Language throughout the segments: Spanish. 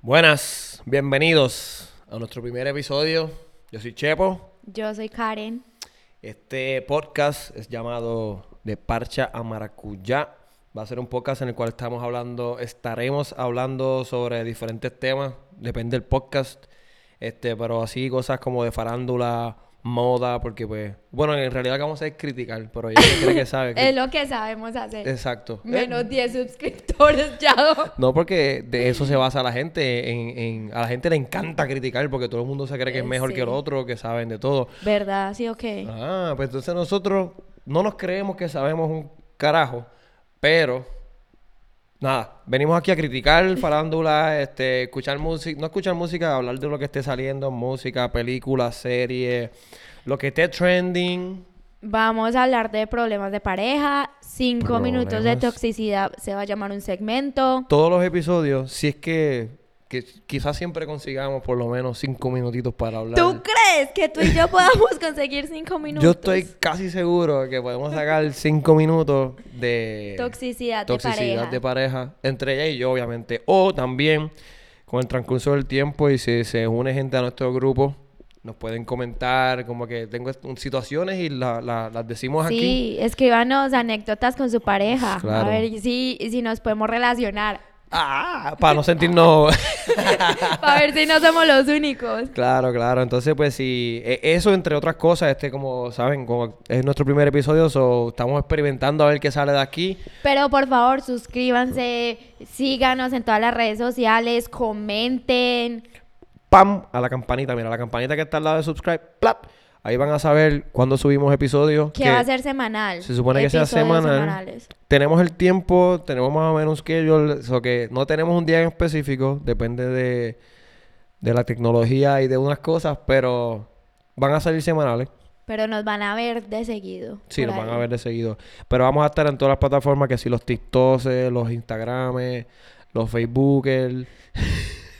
Buenas, bienvenidos a nuestro primer episodio. Yo soy Chepo. Yo soy Karen. Este podcast es llamado De Parcha a Maracuyá. Va a ser un podcast en el cual estamos hablando, estaremos hablando sobre diferentes temas, depende del podcast. Este, pero así cosas como de farándula, moda, porque pues, bueno, en realidad lo que vamos a hacer es criticar, pero ella cree que sabe. Es lo que sabemos hacer. Exacto. Eh, Menos 10 suscriptores ya. No, porque de eso se basa la gente. En, en- a la gente le encanta criticar porque todo el mundo se cree que es Eh, mejor que el sí. otro, que saben de todo. ¿Verdad? Sí, ok. Ah, pues entonces nosotros no nos creemos que sabemos un carajo, pero nada, venimos aquí a criticar farándula, este, escuchar música, no escuchar música, hablar de lo que esté saliendo, música, películas, series, lo que esté trending. Vamos a hablar de problemas de pareja. Cinco minutos de Problemas. toxicidad. Se va a llamar un segmento. Todos los episodios, si es que, que quizás siempre consigamos por lo menos cinco minutitos para hablar. ¿Tú crees que tú y yo podamos conseguir cinco minutos? Yo estoy casi seguro que podemos sacar cinco minutos de Toxicidad de toxicidad pareja. de pareja entre ella y yo, obviamente. O también con el transcurso del tiempo y si se une gente a nuestro grupo, nos pueden comentar como que tengo est- situaciones y la- la- las decimos aquí. Sí, escríbanos anécdotas con su pareja. Claro. A ver y si, y si nos podemos relacionar. Ah, para no sentirnos... Para ver si no somos los únicos. Claro, claro. Entonces, pues sí, e- eso entre otras cosas, este como saben, como es nuestro primer episodio, so, estamos experimentando a ver qué sale de aquí. Pero por favor, suscríbanse, síganos en todas las redes sociales, comenten. ¡pam! a la campanita. Mira, la campanita que está al lado de subscribe, ¡plap! Ahí van a saber cuándo subimos episodios. Que que va a ser semanal. Se supone que sea Episodios semanal. semanales. Tenemos el tiempo, tenemos más o menos un schedule, so que no tenemos un día en específico, depende de, de la tecnología y de unas cosas, pero van a salir semanales. Pero nos van a ver de seguido. Sí, por los van ahí. a ver de seguido. Pero vamos a estar en todas las plataformas, que si los TikToks, los Instagrames, los Facebookers,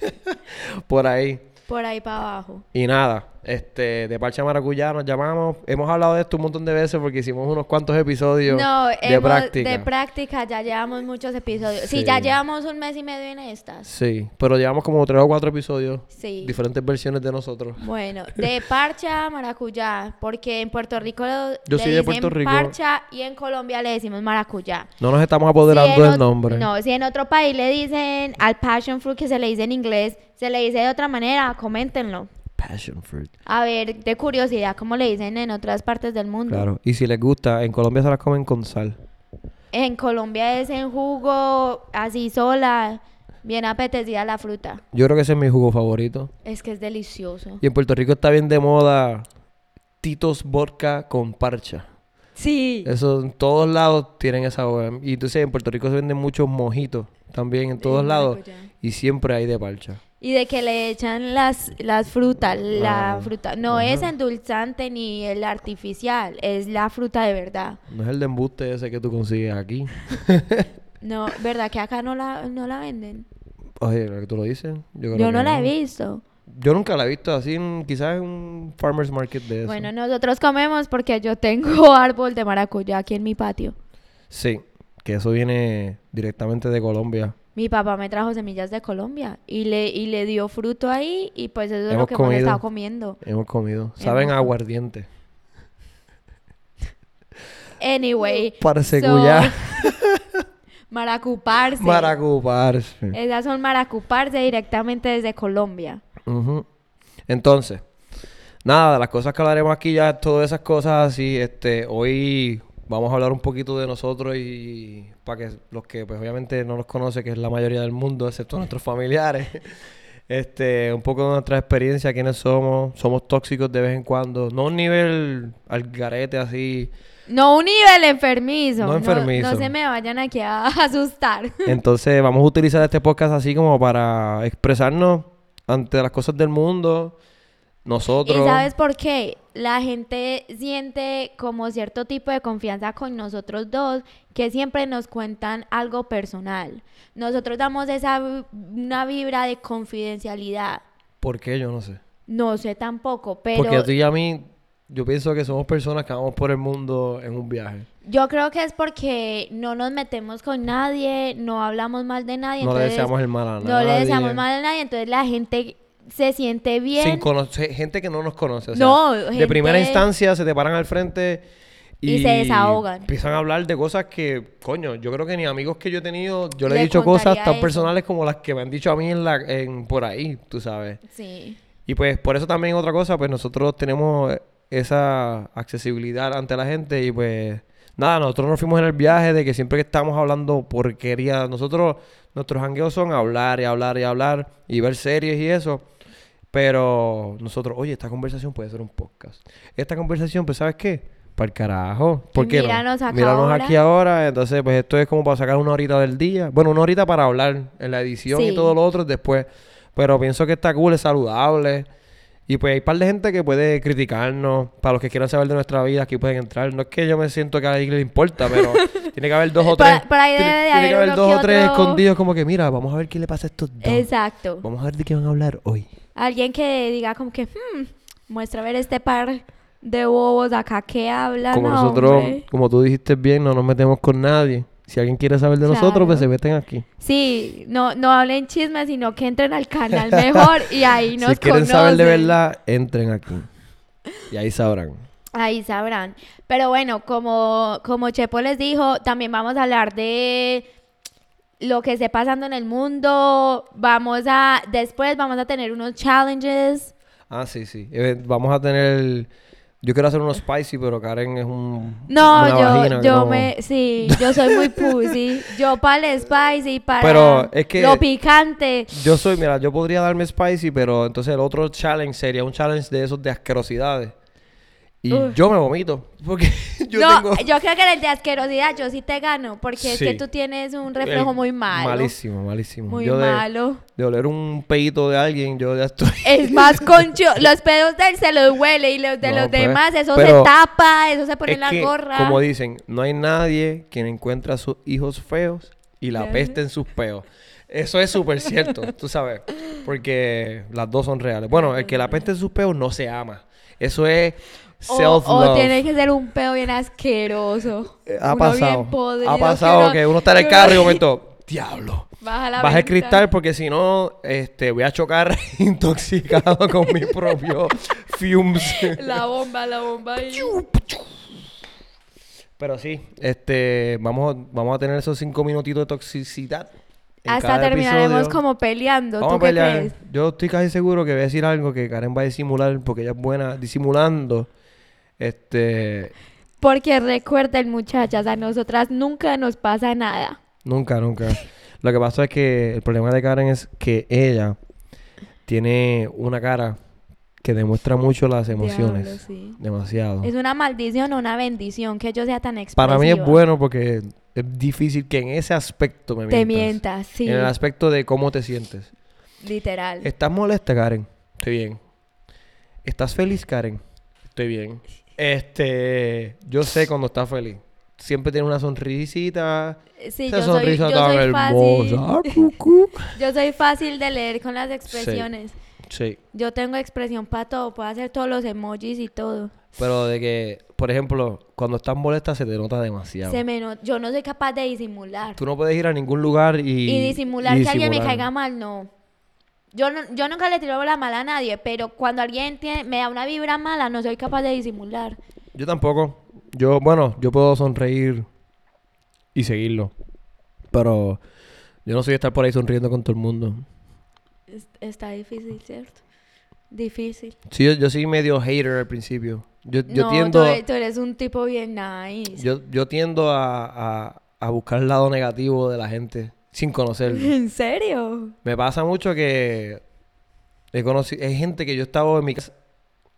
por ahí. Por ahí para abajo. Y nada, este, de Parcha Maracuyá nos llamamos. Hemos hablado de esto un montón de veces porque hicimos unos cuantos episodios no, de hemos- práctica. de práctica ya llevamos muchos episodios. Sí. Sí. ya llevamos un mes y medio en estas. sí, pero llevamos como tres o cuatro episodios, Sí. diferentes versiones de nosotros. Bueno, de parcha a maracuyá, porque en Puerto Rico lo- Yo le soy de dicen Puerto Rico. parcha y en Colombia le decimos maracuyá. No nos estamos Si apoderando en del ot- nombre. No, si en otro país le dicen al passion fruit que se le dice en inglés, se le dice de otra manera, coméntenlo. Passion fruit. A ver, de curiosidad, ¿cómo le dicen en otras partes del mundo? Claro. Y si les gusta, en Colombia se las comen con sal. En Colombia es en jugo, así sola, bien apetecida la fruta. Yo creo que ese es mi jugo favorito. Es que es delicioso. Y en Puerto Rico está bien de moda Titos Vodka con parcha. Sí. Eso en todos lados tienen esa hoja. Y entonces en Puerto Rico se venden muchos mojitos también en todos lados. maracuyá. Y siempre hay de parcha. Y de que le echan las, las frutas, la Ah, fruta. No es endulzante ni el artificial, es la fruta de verdad. No es el de embuste ese que tú consigues aquí. No, ¿verdad que acá no la, no la venden? Oye, ¿lo que tú lo dices? creo Yo que no la he visto. Yo nunca la he visto así, en- quizás en un farmer's market de eso. Bueno, nosotros comemos porque yo tengo árbol de maracuyá aquí en mi patio. Sí, que eso viene directamente de Colombia. Mi papá me trajo semillas de Colombia y le, y le dio fruto ahí y pues eso es Hemos lo que comido. hemos estado comiendo. Hemos comido. Saben a Oh. Hemos- aguardiente. Anyway. Parsecuyá. so- maracuparse. Maracuparse. Esas son maracuparse directamente desde Colombia. Ujú. Entonces, nada, de las cosas que hablaremos aquí ya, todas esas cosas así, este, hoy vamos a hablar un poquito de nosotros y para que los que pues obviamente no los conoce, que es la mayoría del mundo, excepto nuestros familiares, este, un poco de nuestra experiencia, quiénes somos, somos tóxicos de vez en cuando, no a un nivel al garete así. No un nivel enfermizo. No enfermizo. No, se me vayan aquí a asustar. Entonces, vamos a utilizar este podcast así como para expresarnos ante las cosas del mundo, nosotros. ¿Y sabes por qué? La gente siente como cierto tipo de confianza con nosotros dos que siempre nos cuentan algo personal. Nosotros damos esa vi- una vibra de confidencialidad. ¿Por qué? Yo no sé. No sé tampoco, Porque pero a ti y a mí, yo pienso que somos personas que vamos por el mundo en un viaje. Yo creo que es porque no nos metemos con nadie, no hablamos mal de nadie. No le entonces, deseamos el mal a No le nadie. deseamos mal a nadie, entonces la gente se siente bien. Sin conocer, gente que no nos conoce. o sea, No, De gente- primera instancia se te paran al frente y, Y se desahogan. Empiezan a hablar de cosas que, coño, yo creo que ni amigos que yo he tenido, yo le he Les dicho cosas contaría tan eso. personales como las que me han dicho a mí en la, en, por ahí, tú sabes. Sí. Y pues por eso también otra cosa, pues nosotros tenemos esa accesibilidad ante la gente y pues nada, nosotros nos fuimos en el viaje de que siempre que estamos hablando porquería, nosotros nuestros jangueos son hablar y hablar y hablar y ver series y eso. Pero nosotros, oye, esta conversación puede ser un podcast. Esta conversación, pues, ¿sabes qué? Para el carajo. ¿Por Y qué no? míranos acá Míranos ahora. aquí ahora. Entonces, pues, esto es como para sacar una horita del día. Bueno, una horita para hablar en la edición y Sí. todo lo otro es después. Pero pienso que está cool, es saludable. Y pues hay un par de gente que puede criticarnos. Para los que quieran saber de nuestra vida, aquí pueden entrar. No es que yo me siento que a alguien le importa, pero tiene que haber dos o tres. Por- por ahí debe tiene, de tiene haber que haber uno dos que o tres otro. escondidos, como que mira, vamos a ver qué le pasa a estos dos. Exacto. Vamos a ver de qué van a hablar hoy. Alguien que diga como que, "Hmm, muestra a ver este par de bobos acá que hablan. como Ah, no, nosotros, hombre". como tú dijiste bien, no nos metemos con nadie. Si alguien quiere saber de nosotros, pues Claro. se meten aquí. Sí, no, no hablen chismes, sino que entren al canal mejor y ahí nos si quieren saber conocen. de verdad, entren aquí. Y ahí sabrán. Ahí sabrán. Pero bueno, como, como Chepo les dijo, también vamos a hablar de lo que esté pasando en el mundo. Vamos a, después vamos a tener unos challenges. Ah, sí, sí. Eh, Vamos a tener. el- Yo quiero hacer unos spicy, pero Karen es un. No, una vagina yo, que yo no- me, sí, yo soy muy pussy. yo para el spicy, para Pero es que- lo picante. Yo soy, mira, yo podría darme spicy, pero entonces el otro challenge sería un challenge de esos de asquerosidades. Y Uf. yo me vomito. Porque yo no, tengo. yo creo que en el de asquerosidad yo sí te gano, porque es que Sí. tú tienes un reflejo el- muy malo. Malísimo, malísimo. Muy yo de- malo. De, oler un peito de alguien, yo ya estoy. Es más concho, los pedos de él se los huele y los de No, los pues, demás, eso pero se tapa, eso se pone Es en la que, gorra. Como dicen, no hay nadie quien encuentra a sus hijos feos y la Claro. peste en sus peos. Eso es súper cierto, tú sabes. Porque las dos son reales. Bueno, el que la peste en sus peos no se ama. Eso es O- self-love. O, tiene que ser un pedo bien asqueroso. Eh, Ha Uno pasado. bien podrido, Ha pasado que uno está en el carro y de uno- momento, diablo. Baja la Baja el ventana. cristal porque si no, este, voy a chocar intoxicado con mis propios fumes. La bomba, la bomba. y- Pero sí, este, vamos, vamos a tener esos cinco minutitos de toxicidad. en Hasta cada terminaremos episodio. como peleando. Vamos a ¿Tú qué pelear. crees? Yo estoy casi seguro que voy a decir algo que Karen va a disimular porque ella es buena disimulando. Este, Porque recuerden, muchachas, a nosotras nunca nos pasa nada. nunca, nunca. Lo que pasa es que el problema de Karen es que ella tiene una cara que demuestra mucho las emociones. Diablo, sí. Demasiado. Es una maldición o una bendición que yo sea tan expresiva. Para mí es bueno porque es difícil que en ese aspecto me Te mientas. mientas, sí. En el aspecto de cómo te sientes. Literal. ¿Estás molesta, Karen? Estoy bien. ¿Estás feliz, Karen? Estoy bien. Este, yo sé cuando estás feliz. Siempre tiene una sonrisita. Sí, esa yo soy, sonrisa yo tan soy fácil. hermosa. Ah, Cucú. Yo soy fácil de leer con las expresiones. Sí. Yo tengo expresión para todo, puedo hacer todos los emojis y todo. Pero de que, por ejemplo, cuando estás molesta se te nota demasiado. Se me no- yo no soy capaz de disimular. Tú no puedes ir a ningún lugar y. Y, disimular que alguien me disimular. caiga mal, no. Yo, no, yo nunca le tiro la mala a nadie, pero cuando alguien tiene, me da una vibra mala, no soy capaz de disimular. Yo tampoco. Yo, bueno, yo puedo sonreír y seguirlo. Pero yo no soy de estar por ahí sonriendo con todo el mundo. Es- está difícil, ¿cierto? Difícil. Sí, yo, yo soy medio hater al principio. Yo, yo no, tiendo, tú, eres, tú eres un tipo bien nice. yo, yo tiendo a, a- a buscar el lado negativo de la gente sin conocerlo. ¿En serio? Me pasa mucho que he conocido, hay gente que yo estaba en mi, ca-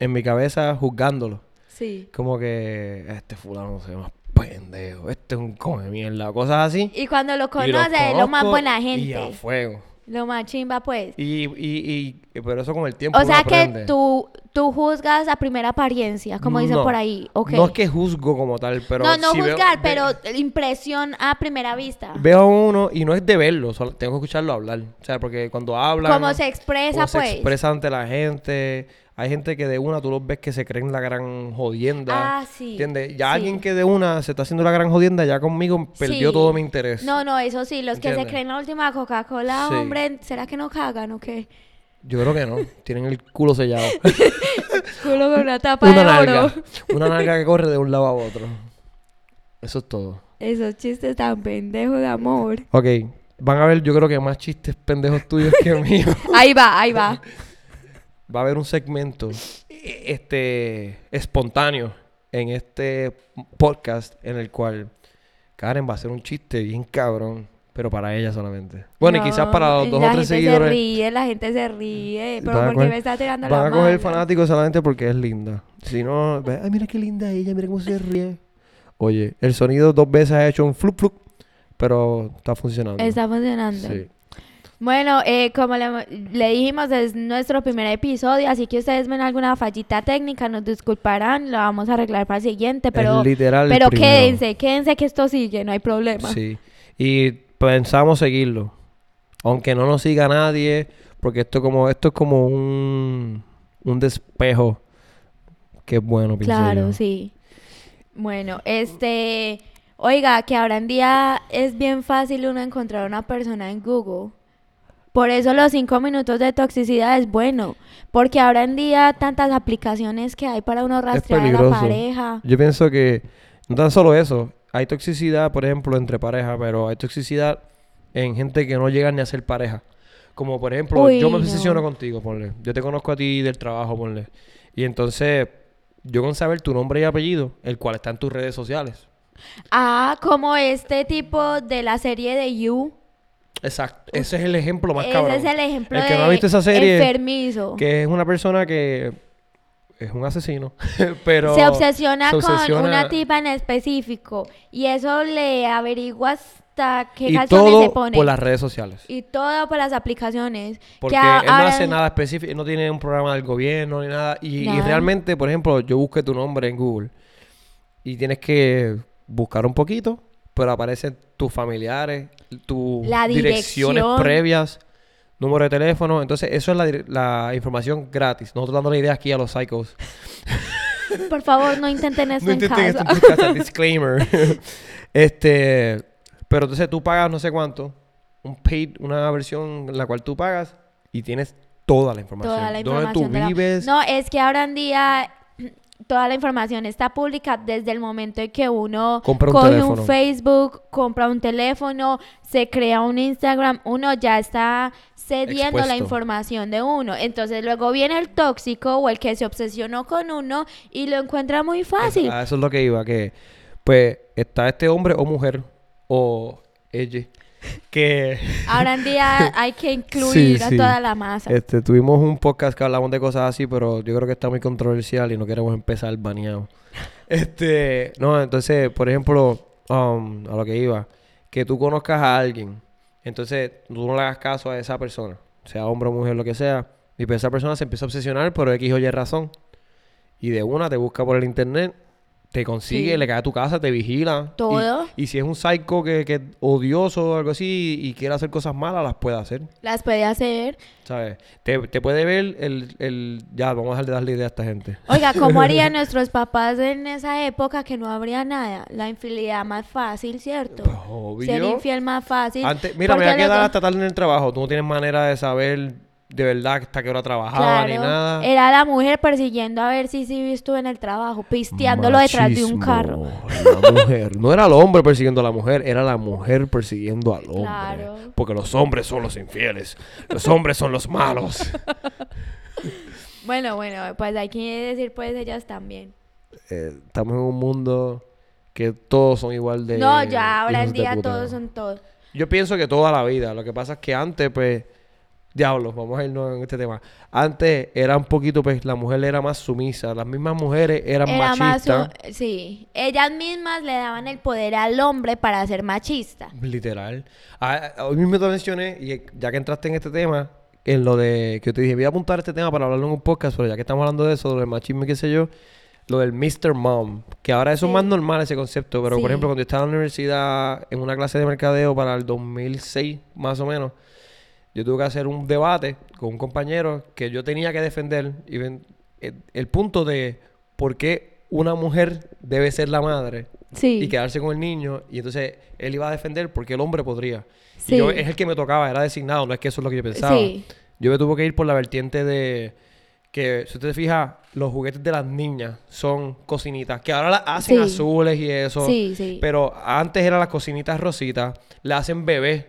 en mi cabeza juzgándolo. Sí. Como que este fulano se llama pendejo, este es un come mierda, cosas así. Y cuando lo Y los conoces, es lo más conozco buena Y a gente. fuego. Lo más chimba, pues. Y, y, y, pero eso con el tiempo. O sea uno aprende. que tú, tú juzgas a primera apariencia, como dicen No. por ahí. ok. No es que juzgo como tal, pero. no, no si veo- juzgar, ve- pero impresión a primera vista. Veo a uno y no es de verlo, solo tengo que escucharlo hablar. O sea, porque cuando habla. Cómo se expresa, cómo se pues. expresa ante la gente. Hay gente que de una tú los ves que se creen la gran jodienda. Ah, sí, ¿Entiendes? Ya sí. alguien que de una se está haciendo la gran jodienda, ya conmigo perdió Sí. todo mi interés. No, no, eso sí, los que ¿Entiendes? se creen la última Coca-Cola, Sí. hombre, ¿será que no cagan o qué? Yo creo que no. Tienen el culo sellado. Pues Culo con una tapa una de oro. nalga. Una nalga que corre de un lado a otro. Eso es todo. Esos chistes tan pendejos de amor. Ok. Van a ver, yo creo que más chistes pendejos tuyos que míos. Ahí va, ahí va. va a haber un segmento eh, este espontáneo en este podcast en el cual Karen va a hacer un chiste bien cabrón, pero para ella solamente. Bueno, No, y quizás para los dos la o tres gente Se seguidores ríe, la gente se ríe. Pero Van a porque coger- me está tirando la van a coger mala? fanáticos solamente porque es linda. Si no, ve, ay, mira qué linda ella, mira cómo se ríe. Oye, el sonido dos veces ha hecho un flup flup, pero está funcionando. Está funcionando. Sí. Bueno, eh, como le, le dijimos, es nuestro primer episodio, así que ustedes ven alguna fallita técnica, nos disculparán, lo vamos a arreglar para el siguiente, pero, es literal el pero primero. quédense, quédense que esto sigue, no hay problema. Sí. Y pensamos seguirlo. Aunque no nos siga nadie, porque esto como esto es como un un despejo que es bueno, pienso Claro, yo. sí. Bueno, este, oiga, que ahora en día es bien fácil uno encontrar una persona en Google. Por eso los cinco minutos de toxicidad es bueno, porque ahora en día tantas aplicaciones que hay para uno rastrear a la peligroso. pareja. Yo pienso que no tan solo eso, hay toxicidad, por ejemplo, entre parejas, pero hay toxicidad en gente que no llega ni a ser pareja. Como por ejemplo, Uy, yo me no. obsesiono contigo, ponle. Yo te conozco a ti del trabajo, ponle. Y entonces, yo con saber tu nombre y apellido, el cual está en tus redes sociales. Ah, como este tipo de la serie de You. Exacto. Ese es el ejemplo más Ese cabrón. es el ejemplo El que de no ha visto esa serie, enfermizo. Que es una persona que es un asesino, pero... se obsesiona se obsesiona- con una tipa en específico y eso le averigua hasta qué Y calzones todo se pone. por las redes sociales. Y todo por las aplicaciones. Porque a- él no ahora- hace nada específico, él no tiene un programa del gobierno ni nada. Y, y Nada. realmente, por ejemplo, yo busqué tu nombre en Google y tienes que buscar un poquito, pero aparecen tus familiares, tus La direcciones dirección. previas, número de teléfono. Entonces, eso es la, dire- la información gratis. Nosotros dando la idea aquí a los psychos. Por favor, no intenten esto No en intenten esto casa. en tu casa, disclaimer. este, pero entonces tú pagas no sé cuánto, un paid, una versión en la cual tú pagas y tienes toda la información. toda la información. Donde tú de la- vives. No, es que ahora en día toda la información está pública desde el momento en que uno Compra un coge teléfono. un Facebook, compra un teléfono, se crea un Instagram, uno ya está cediendo la Expuesto. información de uno. Entonces luego viene el tóxico o el que se obsesionó con uno y lo encuentra muy fácil. Ah, eso es lo que iba, que pues está este hombre o mujer o ella que Ahora en día hay que incluir a sí. toda la masa. este, tuvimos un podcast que hablamos de cosas así, pero yo creo que está muy controversial y no queremos empezar baneado. Este, no, entonces, por ejemplo, um, a lo que iba, que tú conozcas a alguien, entonces tú no le hagas caso a esa persona, sea hombre o mujer, lo que sea, y pues esa persona se empieza a obsesionar por X o Y razón. Y de una te busca por el internet, te consigue, Sí. le cae a tu casa, te vigila. Y- Todo. Y, si es un psycho que, que es odioso o algo así y quiere hacer cosas malas, las puede hacer. Las puede hacer. ¿Sabes? Te, te puede ver el, el... Ya, vamos a dejar de darle idea a esta gente. Oiga, ¿cómo harían nuestros papás en esa época que no habría nada? La infidelidad más fácil, ¿cierto? Pues, obvio. Ser infiel más fácil. Antes, mira, me porque voy a quedar luego- hasta tarde en el trabajo. Tú no tienes manera de saber de verdad hasta qué hora trabajaba ni Claro, Eh, nada. Era la mujer persiguiendo a ver si sí estuvo en el trabajo, pisteándolo detrás de un carro. Machismo, La mujer. No era el hombre persiguiendo a la mujer, era la mujer persiguiendo al hombre. Claro. Porque los hombres son los infieles. Los hombres son los malos. Bueno, bueno, pues hay que decir pues ellas también. Eh, estamos en un mundo que todos son igual de. no, ya ahora en hijos de día puta. todos son todos. Yo pienso que toda la vida. Lo que pasa es que antes, pues, diablos, vamos a irnos en este tema. Antes era un poquito, pues, la mujer era más sumisa. Las mismas mujeres eran Era más machistas. un- sí, ellas mismas le daban el poder al hombre para ser machista. Literal. Ah, ah, hoy mismo te mencioné, y eh, ya que entraste en este tema, en lo de que yo te dije, voy a apuntar este tema para hablarlo en un podcast, pero ya que estamos hablando de eso, del machismo y qué sé yo, lo del Mr. Mom, que ahora eso es Sí. más normal ese concepto, pero por Sí. ejemplo, cuando yo estaba en la universidad, en una clase de mercadeo para el 2006, más o menos, yo tuve que hacer un debate con un compañero que yo tenía que defender y ven- eh, el punto de por qué una mujer debe ser la madre Sí. y quedarse con el niño. Y entonces él iba a defender porque el hombre podría. Sí. Y yo, es el que me tocaba, era designado, no es que eso es lo que yo pensaba. Sí. Yo me tuve que ir por la vertiente de que, si usted se fija, los juguetes de las niñas son cocinitas, que ahora las hacen Sí. azules y eso. Sí, sí. Pero antes eran las cocinitas rositas, le hacen bebés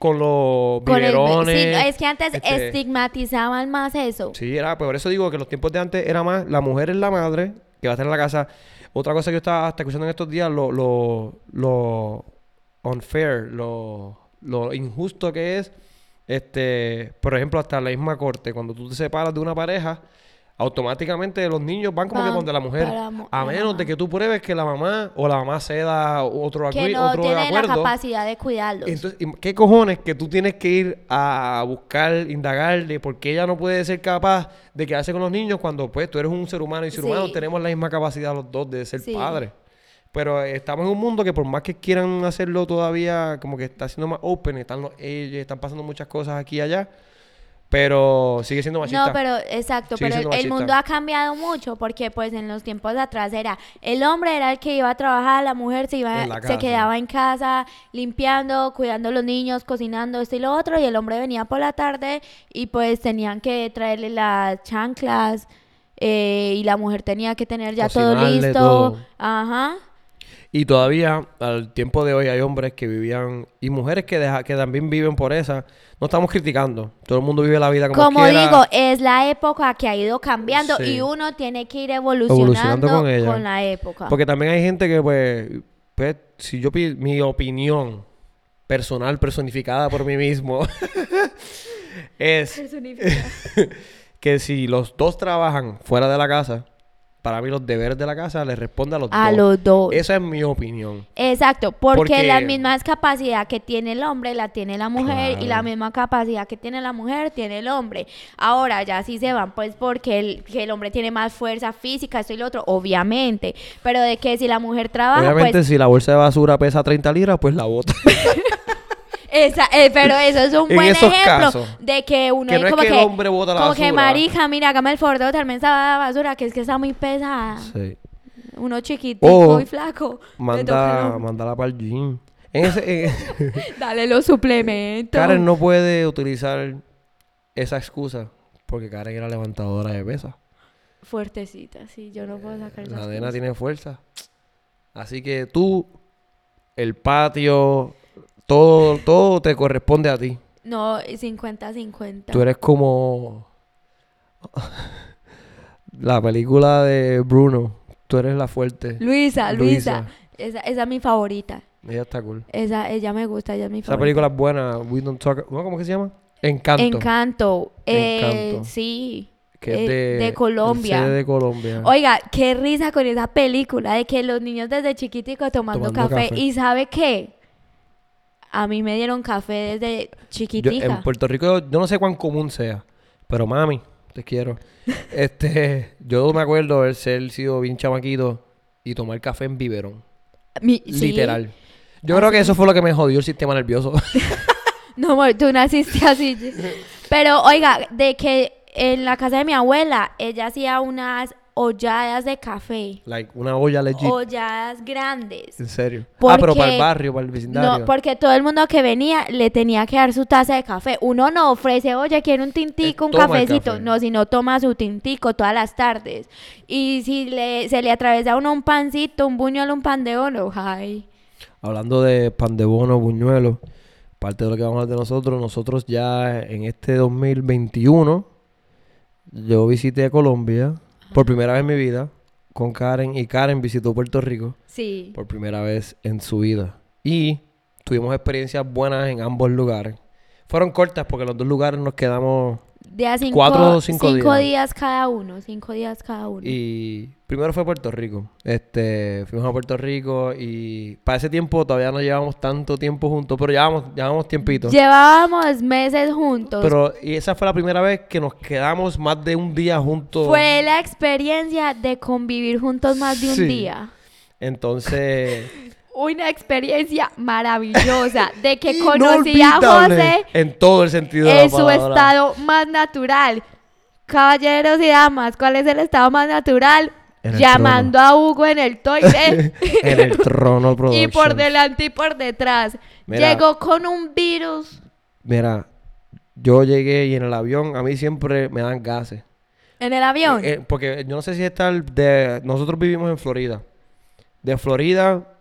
con los Con el- biberones. sí, es que antes este, estigmatizaban más eso. Sí, era, pues, por eso digo que los tiempos de antes era más la mujer es la madre que va a estar en la casa. Otra cosa que yo estaba hasta escuchando en estos días, lo, lo, lo unfair, lo, lo injusto que es, este, por ejemplo, hasta la misma corte, cuando tú te separas de una pareja, automáticamente los niños van como que Van donde la mujer, para la mu- a la menos mamá. de que tú pruebes que la mamá o la mamá ceda otro, que acui- no otro tienen la acuerdo. capacidad de cuidarlos. Entonces, im- ¿qué cojones que tú tienes que ir a buscar, indagar de por qué ella no puede ser capaz de quedarse con los niños cuando pues tú eres un ser humano y ser Sí. humano tenemos la misma capacidad los dos de ser Sí. padres? Pero eh, estamos en un mundo que por más que quieran hacerlo todavía, como que está siendo más open, están los ellos, están pasando muchas cosas aquí y allá, pero sigue siendo machista. No, pero exacto, Sigue pero el, siendo el machista. mundo ha cambiado mucho porque pues en los tiempos de atrás era el hombre era el que iba a trabajar, la mujer se iba En la se casa. quedaba en casa limpiando, cuidando a los niños, cocinando esto y lo otro y el hombre venía por la tarde y pues tenían que traerle las chanclas eh, y la mujer tenía que tener ya todo Cocinarle listo. todo. Ajá. Y todavía, al tiempo de hoy, hay hombres que vivían y mujeres que, deja- que también viven por esa. No estamos criticando. Todo el mundo vive la vida como, Como, quiera. digo, es la época que ha ido cambiando Sí. y uno tiene que ir evolucionando, con con, ella. la época. Porque también hay gente que, pues, pues, si yo pi- mi opinión personal, personificada por mí mismo, es que si los dos trabajan fuera de la casa, para mí los deberes de la casa les responde a los A dos. los dos. Esa es mi opinión. Exacto, porque, Porque- la misma capacidad que tiene el hombre la tiene la mujer y la Claro. misma capacidad que tiene la mujer tiene el hombre. Ahora ya sí se van pues porque el, que el hombre tiene más fuerza física, esto y lo otro, obviamente, pero de que si la mujer trabaja, Obviamente, pues si la bolsa de basura pesa 30 libras, pues la bota. esa- eh, pero eso es un En buen esos ejemplo casos, de que uno que no es como que el hombre bota la como que basura. marica, mira, hágame el favor de botarme esa basura que es que está muy pesada. sí. Uno chiquitico O y flaco. le toca al Manda, hombre. mandala para el gym. En ese, en- Dale los suplementos. Karen no puede utilizar esa excusa porque Karen era levantadora de pesas. Fuertecita, sí, yo no puedo sacar La esas nena cosas. tiene fuerza. Así que tú, el patio, todo, todo te corresponde a ti. No, 50-50. Tú eres como la película de Bruno. Tú eres la fuerte. Luisa, Luisa. Luisa. Esa, esa es mi favorita. Ella está cool. Esa, ella me gusta, ella es mi Esa favorita. película es buena. We don't talk... ¿no? ¿Cómo que se llama? Encanto. Encanto. Eh, Encanto. Sí. que es eh, de, de Colombia. el sede de Colombia. Oiga, qué risa con esa película de que los niños desde chiquiticos tomando, Tomando café. café. ¿Y sabe qué? A mí me dieron café desde Yo- chiquitica. en Puerto Rico, yo no sé cuán común sea, pero mami, te quiero. este, yo me acuerdo de ser sido bien chamaquito y tomar café en biberón. Mi- sí. Ah, Literal. Yo creo que eso fue lo que me jodió el sistema nervioso. No, amor, tú naciste así. Pero oiga, de que en la casa de mi abuela, ella hacía unas olladas de café. like, una olla legit. Olladas grandes. En serio. Ah, Porque- pero para el barrio, para el vecindario. No, porque todo el mundo que venía le tenía que dar su taza de café. Uno no ofrece, oye, quiero un tintico, Eh, un toma el cafecito. café. No, si no toma su tintico todas las tardes. Y si le, se le atraviesa a uno un pancito, un buñuelo, un pan de oro, ay. Hablando de pan de bono, buñuelos, parte de lo que vamos a hablar de nosotros, nosotros ya en este 2021, yo visité Colombia por primera vez en mi vida con Karen y Karen visitó Puerto Rico Sí. por primera vez en su vida. Y tuvimos experiencias buenas en ambos lugares. Fueron cortas porque en los dos lugares nos quedamos De a cinco, Cuatro o cinco días. días cada uno. Cinco días cada uno. Y primero fue Puerto Rico. Este, fuimos a Puerto Rico y para ese tiempo todavía no llevábamos tanto tiempo juntos, pero llevábamos, llevábamos tiempito. Llevábamos meses juntos. Pero y esa fue la primera vez que nos quedamos más de un día juntos. Fue la experiencia de convivir juntos más de un Sí. día. Entonces, Una experiencia maravillosa de que conocí a inolvidable José en todo el sentido de la en su palabra. estado más natural. Caballeros y damas, ¿cuál es el estado más natural? En el Llamando a Hugo en el toilet. en el trono y Productions. por delante y por detrás. Mira. Llegó con un virus Mira, yo llegué y en el avión a mí siempre me dan gases. en el avión. Eh, eh, porque yo no sé si está el de... Nosotros vivimos en Florida. De Florida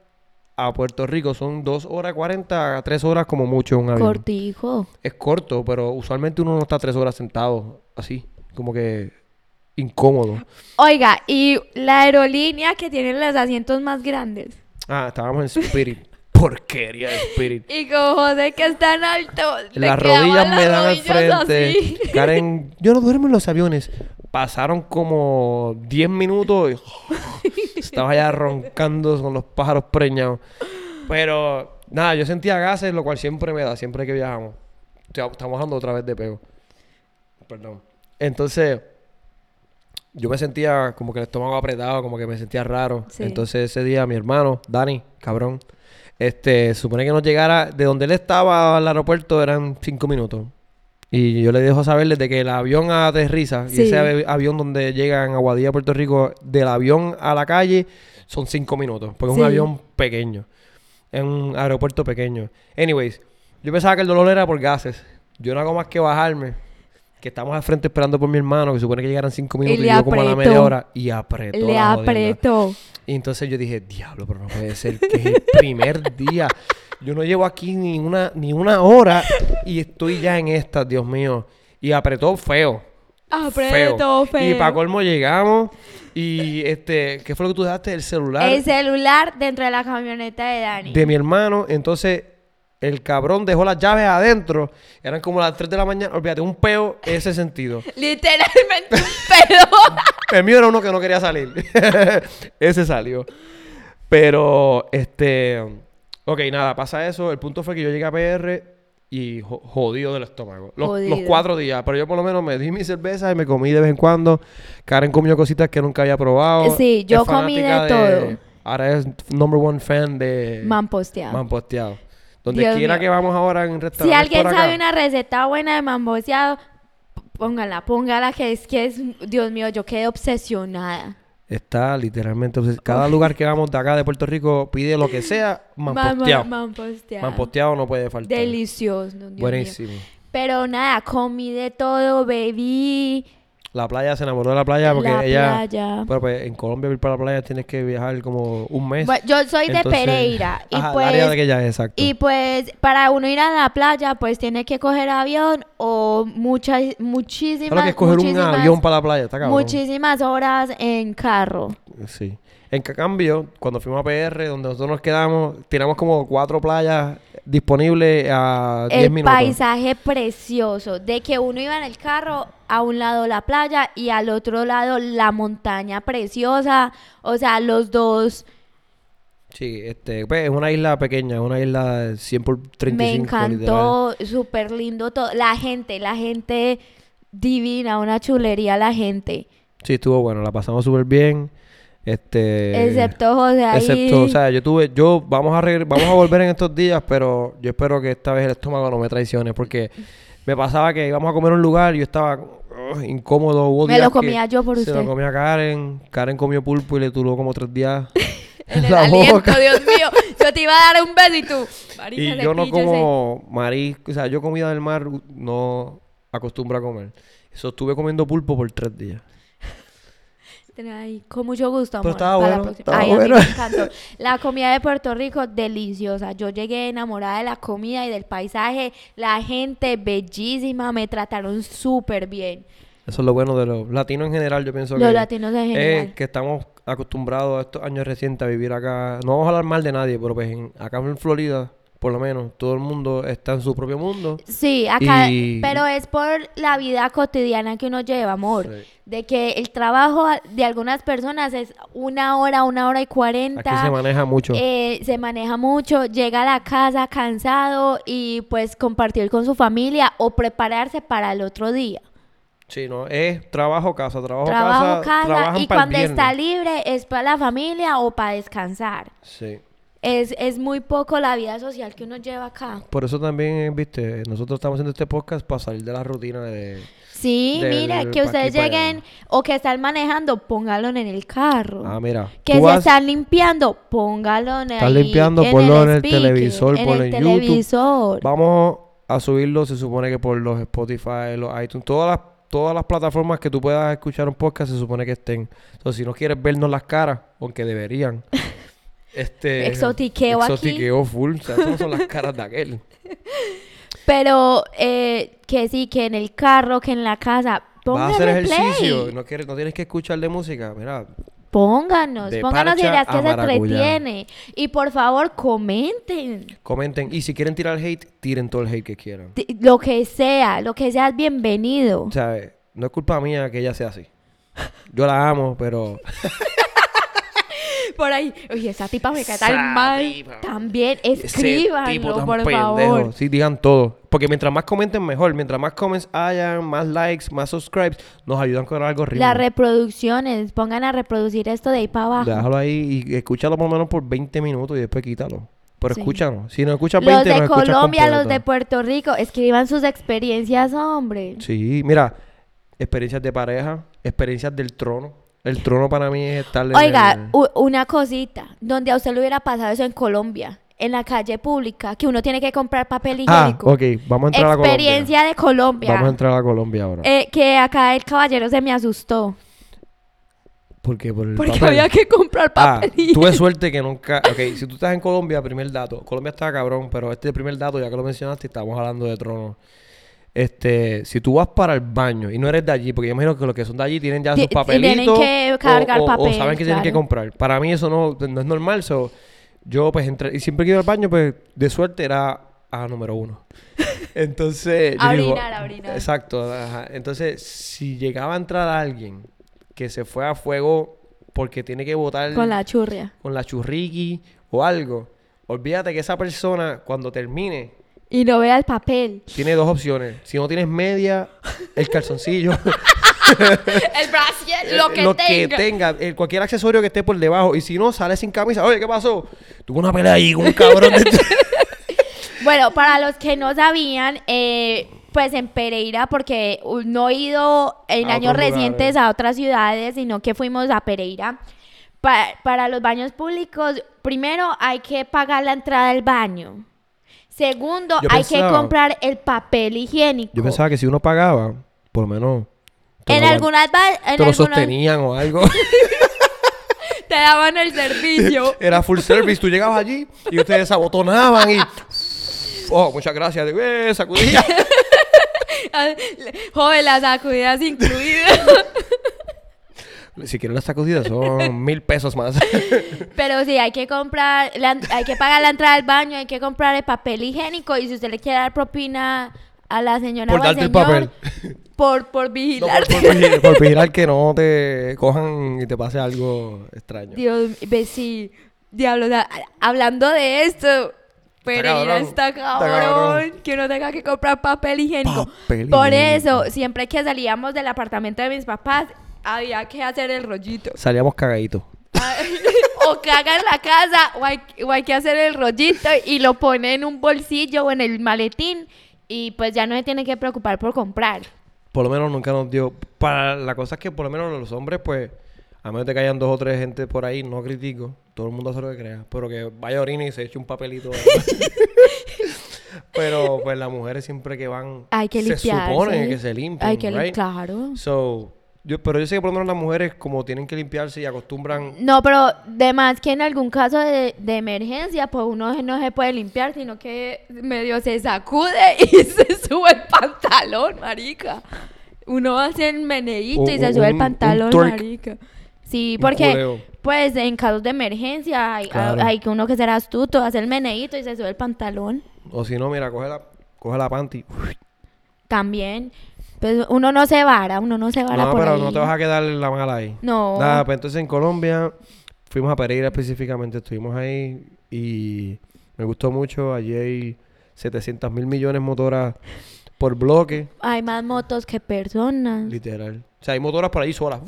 a Puerto Rico son 2 horas 40 a 3 horas como mucho un avión. Cortijo. Es corto, pero usualmente uno no está 3 horas sentado así, como que incómodo. Oiga, y la aerolínea que tiene los asientos más grandes. Ah, estábamos en Spirit. Porquería de Spirit. Y como José que es tan alto. le Las quedaban rodillas me las dan al rodillas frente. así. Karen, yo no duermo en los aviones. Pasaron como 10 minutos y estaba ya roncando con los pájaros preñados. Pero nada, yo sentía gases, lo cual siempre me da, siempre que viajamos. O sea, Estamos hablando otra vez de pego. Perdón. Entonces, yo me sentía como que el estómago apretado, como que me sentía raro. Sí. Entonces ese día mi hermano, Dani, cabrón, este, supone que nos llegara, de donde él estaba al aeropuerto eran cinco minutos. Y yo le dejo saber desde que el avión aterriza, Sí. y ese avi- avión donde llega en Aguadilla, Puerto Rico, del avión a la calle son cinco minutos, porque es Sí. un avión pequeño, es un aeropuerto pequeño. Anyways, yo pensaba que el dolor era por gases. Yo no hago más que bajarme, que estamos al frente esperando por mi hermano, que supone que llegaran cinco minutos y, le yo como a la apretó. media hora, y apretó. Le la jodienda. apretó. Y entonces yo dije, diablo, pero no puede ser que es el primer día. Yo no llevo aquí ni una, ni una hora y estoy ya en esta, Dios mío. Y apretó feo. Apretó, feo. Y para colmo llegamos y este, ¿qué fue lo que tú dejaste? El celular El celular dentro de la camioneta de Dani. de mi hermano. Entonces el cabrón dejó las llaves adentro. Eran como las 3 de la mañana. Olvídate, un peo ese sentido. Literalmente un pedo. El mío era uno que no quería salir. Ese salió. Pero, este. Ok, nada, pasa eso. El punto fue que yo llegué a PR y jo- jodido del estómago. Los, Jodido. los cuatro días. Pero yo por lo menos me di mi cerveza y me comí de vez en cuando. Karen comió cositas que nunca había probado. Sí, yo comí de fanática todo. Ahora es number one fan de Man posteado. Mamposteado. Donde Dios quiera mío. que vamos ahora en restaurantes. si alguien por acá, sabe una receta buena de mamboseado, p- póngala, póngala, que es que es, Dios mío, yo quedé obsesionada. Está literalmente. obses- Cada Oh. lugar que vamos de acá de Puerto Rico pide lo que sea, mamposteado. Man, mamposteado. Mamposteado no puede faltar. Delicioso, Dios mío. Buenísimo. Pero nada, comí de todo, bebí. La playa se enamoró de la playa porque La ella. playa. Bueno, pues en Colombia para ir para la playa tienes que viajar como un mes. Bueno, yo soy de Entonces- Pereira y Ajá, el pues área de que ella es, exacto. Y pues para uno ir a la playa, pues tiene que coger avión o muchas, ¿Sabes lo muchísimas, que es coger un muchísimas- avión para la playa? Está cabrón. muchísimas horas en carro. Sí. En ca- cambio, cuando fuimos a PR, donde nosotros nos quedamos, tiramos como cuatro playas disponibles a 10 El minutos. paisaje precioso, de que uno iba en el carro, a un lado la playa y al otro lado la montaña preciosa, o sea, los dos Sí, este, pues, es una isla pequeña, es una isla de 100 por 35. me literal. encantó, súper lindo todo, la gente, la gente divina, una chulería la gente, Sí, estuvo bueno, la pasamos súper bien. Este, excepto José ahí. Excepto, o sea, yo tuve, yo vamos a regre- vamos a volver en estos días, pero yo espero que esta vez el estómago no me traicione, porque me pasaba que íbamos a comer a un lugar y yo estaba ugh, incómodo. Hubo Me días lo que comía yo por Se usted. lo comía Karen, Karen comió pulpo y le duró como tres días en en el aliento, Dios mío. Yo te iba a dar un beso y tú. "Marica, Y ese yo no pillo, ese". como marisco, o sea, yo comida del mar uh, no acostumbro a comer. Eso estuve comiendo pulpo por tres días. Este Ay, con mucho gusto, amor. Pero estaba para la bueno, próxima. estaba Ay, a mí bueno. me encantó. La comida de Puerto Rico, deliciosa. Yo llegué enamorada de la comida y del paisaje. La gente, bellísima. Me trataron súper bien. Eso es lo bueno de los latinos en general, yo pienso que... Los latinos en eh, general. que estamos acostumbrados a estos años recientes a vivir acá. No vamos a hablar mal de nadie, pero pues en- acá en Florida, por lo menos, todo el mundo está en su propio mundo. Sí, acá, Y- pero es por la vida cotidiana que uno lleva, amor. Sí. De que el trabajo de algunas personas es una hora, una hora y cuarenta. Aquí se maneja mucho. Eh, se maneja mucho, llega a la casa cansado y pues compartir con su familia o prepararse para el otro día. sí, no, es trabajo, casa, trabajo, Trabajo, casa. casa trabajan y pa'l cuando está viernes. libre es para la familia o para descansar. Sí. Es, es muy poco la vida social que uno lleva acá. Por eso también, eh, viste, nosotros estamos haciendo este podcast para salir de la rutina de... Sí, Del- mira, que pa' ustedes aquí, pa' allá. lleguen o que están manejando, póngalo en el carro. Ah, mira. que tú se vas- están limpiando, póngalo en el Estás limpiando, en ponlo en el speaker, televisor, ponlo en YouTube. televisor. Vamos a subirlo, se supone que por los Spotify, los iTunes, todas las, todas las plataformas que tú puedas escuchar un podcast se supone que estén. Entonces, si no quieres vernos las caras, aunque deberían. este, Exotiqueo aquí. Exotiqueo full. O sea, esas no son las caras de aquel. Pero eh, que sí, que en el carro, que en la casa. Vas a Pónganle hacer ejercicio, play. no, quieres, no tienes que escuchar de música. Mira, Pónganos, De pónganos parcha ideas que a se maracuyá. entretiene. Y por favor, comenten. comenten. Y si quieren tirar hate, tiren todo el hate que quieran. Ti- Lo que sea, lo que sea es bienvenido. O sea, eh, no es culpa mía que ella sea así. Yo la amo, pero... Por ahí, oye, esa tipa me cae tan Esa mal. tipa. También Ese tipo escríbanlo, tan por pendejo. favor. Sí, digan todo. Porque mientras más comenten, mejor. Mientras más comments hayan, más likes, más subscribes, nos ayudan con el algoritmo. Las reproducciones, pongan a reproducir esto de ahí para abajo. Déjalo ahí y escúchalo por lo menos por 20 minutos y después quítalo. Pero Sí. escúchanos. Si no escuchas 20, Los de nos escuchas Colombia, los de completo. Puerto Rico, escriban sus experiencias, hombre. Sí, mira. Experiencias de pareja, experiencias del trono. El trono para mí es estar en el- Oiga, u- una cosita, donde a usted le hubiera pasado eso en Colombia, en la calle pública, que uno tiene que comprar papel Ah, higiénico. ok. Vamos a entrar Experiencia de a Colombia. Colombia. Vamos a entrar a Colombia ahora. Eh, que acá el caballero se me asustó. Porque por el Porque papel. había que comprar Ah, papel higiénico. tuve suerte que nunca. Ok, si tú estás en Colombia, primer dato. Colombia está cabrón, pero este primer dato, ya que lo mencionaste, estamos hablando de trono. Este, si tú vas para el baño y no eres de allí, porque yo imagino que los que son de allí tienen ya Ti- sus tienen papelitos. que o- cargar o, o papel, saben que tienen que claro. comprar. Para mí eso no, no es normal. so, yo, pues, entré. Y siempre que iba al baño, pues, de suerte era a número uno. Entonces. yo A digo, orinar, a orinar. Exacto. ajá. Entonces, si llegaba a entrar alguien que se fue a fuego porque tiene que votar Con la churria. con la churriqui o algo, olvídate que esa persona cuando termine Y no vea el papel. tiene dos opciones. Si no tienes media, el calzoncillo, El brasier, lo que Eh, lo tenga. que tenga, el- cualquier accesorio que esté por debajo. Y si no, sale sin camisa. Oye, ¿qué pasó? Tuvo una pelea ahí con un cabrón. de- Bueno, para los que no sabían, eh, pues en Pereira, porque uh, no he ido en A años otros recientes lugares. a otras ciudades, sino que fuimos a Pereira. Pa- para los baños públicos, primero hay que pagar la entrada al baño. Segundo, Yo hay que pensaba- comprar el papel higiénico. Yo pensaba que si uno pagaba, por lo menos... te en lo- algunas ba- en Te lo algunas- sostenían o algo. te daban el servicio. Era full service. Tú llegabas allí y ustedes abotonaban y... Oh, muchas gracias. De, eh, sacudía. Joder, las sacudidas incluidas. Si quieren las sacudidas son mil pesos más. Pero sí, hay que comprar, la- hay que pagar la entrada al baño, hay que comprar el papel higiénico y si usted le quiere dar propina a la señora Por o al darte el señor, papel. por, por No, vigilar. por, por vigil- por vigilar que no te cojan y te pase algo extraño. Dios, ve sí, diablo, o sea, hablando de esto, Pereira cabrón, está está cabrón, cabrón. que uno tenga que comprar papel higiénico. Papel por higiénico. eso, siempre que salíamos del apartamento de mis papás, había que hacer el rollito. Salíamos cagaditos. Ay, o que haga en la casa o hay, o hay que hacer el rollito y lo pone en un bolsillo o en el maletín y pues ya no se tiene que preocupar por comprar. Por lo menos nunca nos dio. Para la cosa es que por lo menos los hombres, pues, a menos de que hayan dos o tres gente por ahí, no critico. Todo el mundo hace lo que crea. Pero que vaya a orina y se eche un papelito. pero pues las mujeres siempre que van. Hay que limpiar. Se supone que se limpian. Hay que lim- right? claro. So, yo, pero yo sé que por lo menos las mujeres, como tienen que limpiarse y acostumbran No, pero de más que en algún caso de, de emergencia, pues uno no se puede limpiar, sino que medio se sacude y se sube el pantalón, marica. Uno hace el meneíto y O- se o sube el un- pantalón, un twerk. marica. Sí, Un porque culeo. pues en casos de emergencia hay, Claro. hay que uno que ser astuto, hace el meneíto y se sube el pantalón O si no, mira, coge la, coge la panty. también. Pues uno no se vara, uno no se vara No, por pero ahí. no te vas a quedar en la mala ahí. No. Nada, pues entonces en Colombia fuimos a Pereira específicamente, estuvimos ahí y me gustó mucho. Allí hay 700 mil millones de motoras por bloque, Hay más motos que personas. literal. O sea, hay motoras por ahí solas.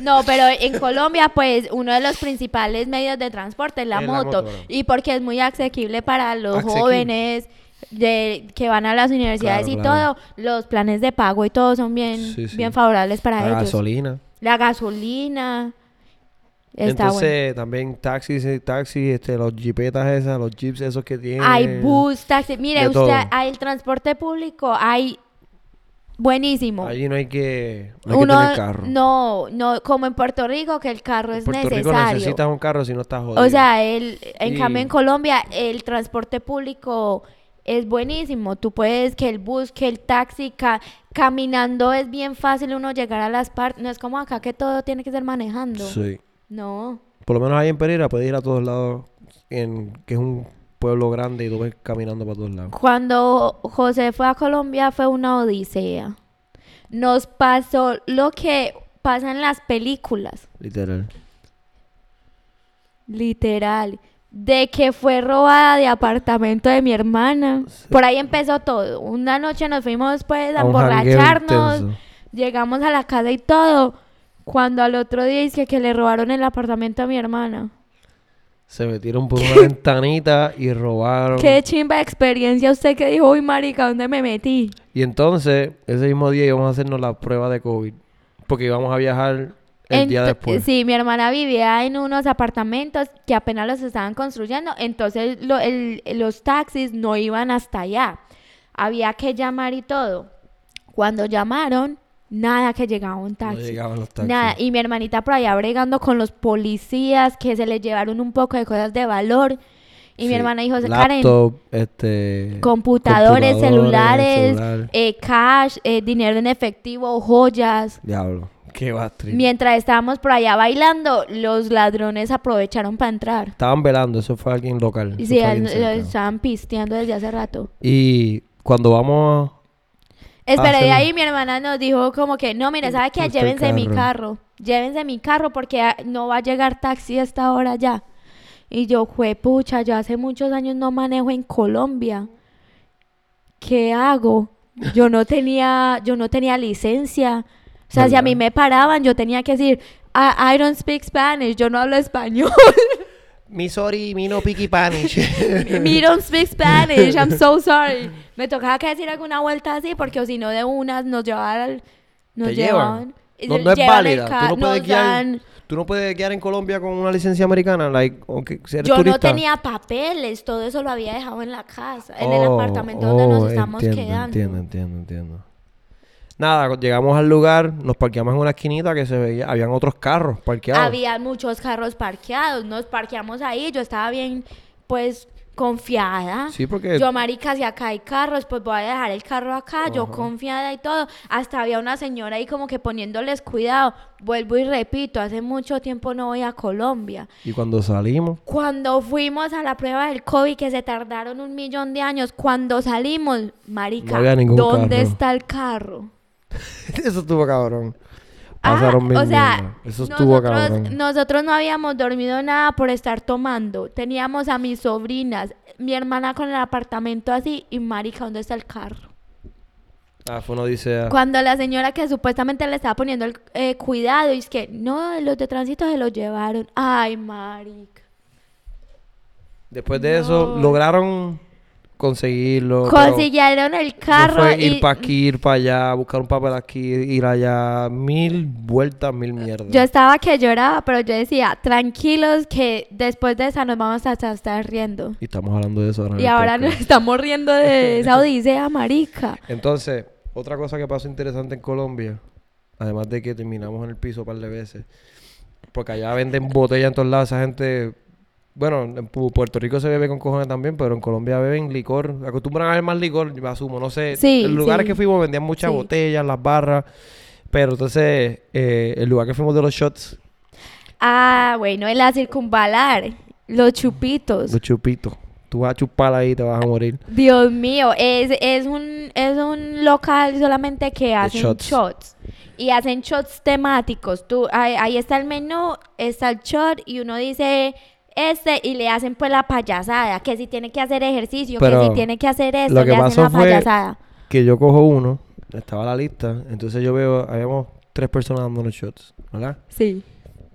No, pero en Colombia, pues, uno de los principales medios de transporte es la, Es la moto. moto, claro. Y porque es muy asequible para los Asequible. jóvenes de, que van a las universidades Claro, y claro. todo, los planes de pago y todo son bien, Sí, sí. bien favorables para La ellos. gasolina. La gasolina. Está bueno. Entonces, también taxis, eh, taxis, este, los jipetas esas, los jeeps esos que tienen. Hay bus, taxi. Mire, eh, de usted, todo. hay el transporte público, hay buenísimo. Allí no hay que, no hay que Uno, tener carro. no, no, como en Puerto Rico, que el carro En es Puerto Rico necesario. necesitas un carro si no estás jodido. o sea, el, en Y- cambio en Colombia, el transporte público es buenísimo. Tú puedes que el bus, que el taxi, ca- caminando es bien fácil uno llegar a las partes. No es como acá que todo tiene que ser manejando. Sí. No. Por lo menos ahí en Pereira puedes ir a todos lados, en, que es un pueblo grande y tú ves caminando para todos lados. Cuando José fue a Colombia fue una odisea. Nos pasó lo que pasa en las películas, Literal. literal. De que fue robada de apartamento de mi hermana. Por ahí empezó todo. Una noche nos fuimos pues a, A un jangueo emborracharnos. intenso. Llegamos a la casa y todo. Cuando al otro día dice que le robaron el apartamento a mi hermana. Se metieron por una ventanita y robaron. Qué chimba de experiencia usted que dijo, uy marica, ¿dónde me metí? Y entonces, ese mismo día íbamos a hacernos la prueba de COVID. Porque íbamos a viajar el día Ento- después. Sí, mi hermana vivía en unos apartamentos que apenas los estaban construyendo, entonces lo- el- los taxis no iban hasta allá. Había que llamar y todo. Cuando llamaron, nada que llegaba un No taxi. llegaban los taxis. Nada, y mi hermanita por allá bregando con los policías que se les llevaron un poco de cosas de valor. Y mi Sí. hermana dijo, Karen, Laptop, este... computadores, computadores, celulares, celular. eh, cash, eh, dinero en efectivo, joyas. Diablo. Qué bastriz. Mientras estábamos por allá bailando, los ladrones aprovecharon para entrar. Estaban velando, eso fue alguien local. Y eso sí, fue alguien al- lo cercano. estaban pisteando desde hace rato. Y cuando vamos... Espera, se de me- ahí mi hermana nos dijo como que, no, mire, ¿sabe Está qué? Ah, el Llévense mi carro". carro. Llévense mi carro porque ah, no va a llegar taxi a esta hora ya. Y yo, pucha, yo hace muchos años no manejo en Colombia. ¿Qué hago? Yo no tenía, yo no tenía licencia. O sea, si a ¿Verdad? mí me paraban, yo tenía que decir, "I- I don't speak Spanish, yo no hablo español. Mi sorry, mi no piqui panish. Me don't speak Spanish, I'm so sorry. Me tocaba que decir alguna vuelta así porque o si no de unas nos llevaban al- nos Te llevaban. llevan. y No, se- no es llevan el válida. ca- Tú no, puedes nos guiar, dan- tú no puedes guiar en Colombia con una licencia americana. Like, aunque si eres Yo no turista. tenía papeles, todo eso lo había dejado en la casa, en el Oh, apartamento donde nos oh, estamos entiendo, quedando. Entiendo, entiendo, entiendo. Nada, cu- llegamos al lugar, nos parqueamos en una esquinita que se veía, habían otros carros parqueados. Había muchos carros parqueados, nos parqueamos ahí, yo estaba bien, pues, confiada. Sí, porque- Yo, marica, si acá hay carros, pues voy a dejar el carro acá, yo confiada y todo. Hasta había una señora ahí como que poniéndoles cuidado. Vuelvo y repito, hace mucho tiempo no voy a Colombia. Y cuando salimos, Cuando fuimos a la prueba del COVID, que se tardaron un millón de años, cuando salimos, marica, No había ningún ¿dónde carro. está el carro? eso estuvo cabrón. Ah, Pasaron mil o sea, mierdas. Eso estuvo nosotros, cabrón. nosotros no habíamos dormido nada por estar tomando. Teníamos a mis sobrinas, mi hermana con el apartamento así y marica, ¿dónde está el carro? Ah, fue una odisea. Cuando la señora que supuestamente le estaba poniendo el eh, cuidado y es que no, los de tránsito se los llevaron. Ay, marica. Después de eso, No. lograron conseguirlo. pero Consiguieron el no carro fue y ir para aquí, ir para allá, buscar un papel aquí, ir allá. Mil vueltas, mil mierdas. Eh, yo estaba que lloraba, pero yo decía, tranquilos que después de esa nos vamos a estar riendo. Y estamos hablando de eso ahora. en Y el ahora podcast. nos estamos riendo de esa odisea, marica. Entonces, otra cosa que pasó interesante en Colombia, además de que terminamos en el piso un par de veces, porque allá venden botella en todos lados, esa gente, bueno, en Pu- Puerto Rico se bebe con cojones también, pero en Colombia beben licor, acostumbran a beber más licor, yo asumo, no sé, Sí, en lugares sí. que fuimos vendían muchas Sí. botellas, las barras, pero entonces eh, el lugar que fuimos de los shots, Ah, bueno, en la circunvalar, los chupitos. los chupitos, tú vas a chupar ahí y te vas a morir. Dios mío, es, es, un, es un local solamente que hacen shots. shots. Y hacen shots temáticos. Tú, ahí, ahí está el menú, está el shot y uno dice este y le hacen pues la payasada, que si tiene que hacer ejercicio, que Pero si tiene que hacer esto, lo que le hacen pasó la fue- payasada. que yo cojo uno, estaba la lista, entonces yo veo, habíamos tres personas dándonos shots, ¿verdad? Sí.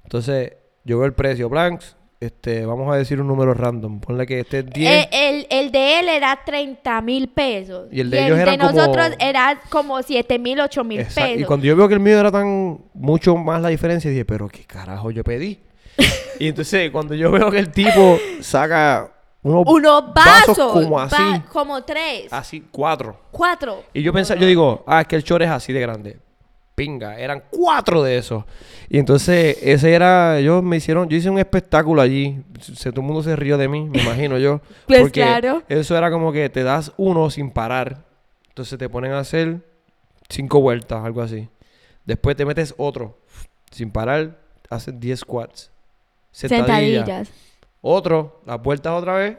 Entonces, yo veo el precio, Blanks. Este, vamos a decir un número random. Ponle que este es 10. Eh, el, el de él era 30 mil pesos. Y el de ellos era como- nosotros era como 7 mil, 8 mil Exacto. pesos. Y cuando yo veo que el mío era tan mucho más la diferencia, dije, pero qué carajo yo pedí. y entonces cuando yo veo que el tipo saca unos, Unos vasos. como así, va- como tres, así, cuatro. cuatro. Y yo pensaba, yo digo, ah, es que el short es así de grande. Pinga, eran cuatro de esos. Y entonces, ese era, ellos me hicieron, yo hice un espectáculo allí. Se, todo el mundo se rió de mí, me imagino yo. Pues claro. Eso era como que te das uno sin parar. Entonces te ponen a hacer cinco vueltas, algo así. Después te metes otro. Sin parar, haces 10 squats. Sentadilla. Sentadillas. Otro, las vueltas otra vez.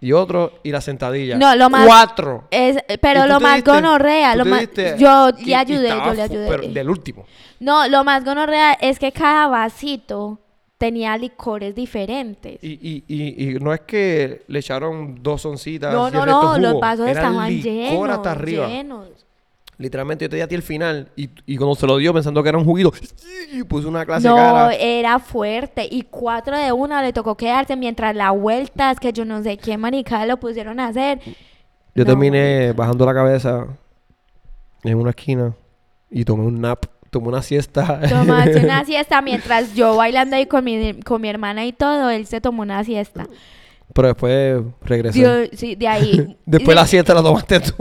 Y otro, y la sentadilla. No, lo más- Cuatro. Es- eh, ¿Y pero tú lo te más diste- gonorrea, tú lo te más- diste- yo y- le ayudé, y estaba yo le fu- ayudé. Pero del último. No, lo más gonorrea es que cada vasito tenía licores diferentes. Y, y, y, y no es que le echaron dos oncitas. No, y no, el resto no, los jugo. vasos Era estaban licor llenos, hasta arriba. llenos. Literalmente yo te di a ti el final y, y cuando se lo dio pensando que era un juguito, y puse una clase No, eh, cara. era fuerte. Y cuatro de una le tocó quedarse mientras la vuelta, es que yo no sé qué manicada lo pusieron a hacer. Yo no, terminé bajando la cabeza en una esquina y tomé un nap, tomé una siesta. Tomarse una siesta mientras yo bailando ahí con mi, con mi hermana y todo, él se tomó una siesta. Pero después regresé. Yo- sí, de ahí. Después la y- siesta la tomaste tú.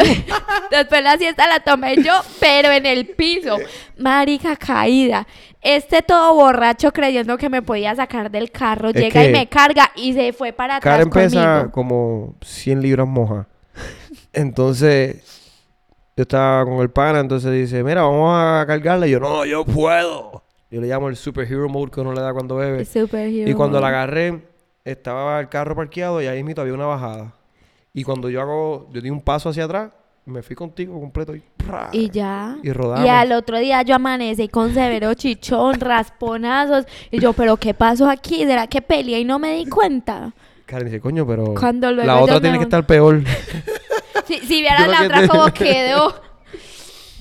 Después la siesta la tomé yo, pero en el piso. Marica caída. Este todo borracho creyendo que me podía sacar del carro, Es llega y que- me carga y se fue para atrás Karen pesa conmigo. como 100 libras moja. Entonces, yo estaba con el pana, entonces dice, mira, vamos a cargarla. Y yo, no, yo puedo. Yo le llamo el superhero mode que uno le da cuando bebe. Superhero Y cuando la mode. agarré, estaba el carro parqueado y ahí mismo había una bajada. Y cuando yo hago, yo di un paso hacia atrás, me fui contigo completo y ¡pra! Y ya. Y rodamos. Y al otro día yo amanecí con severo chichón, rasponazos. Y yo, ¿pero qué pasó aquí? ¿Será que peleé y no me di cuenta? Karen dice, coño, pero Cuando luego la yo otra me tiene que voy". estar peor. Si, si vieras Yo lo la que otra te- como quedó.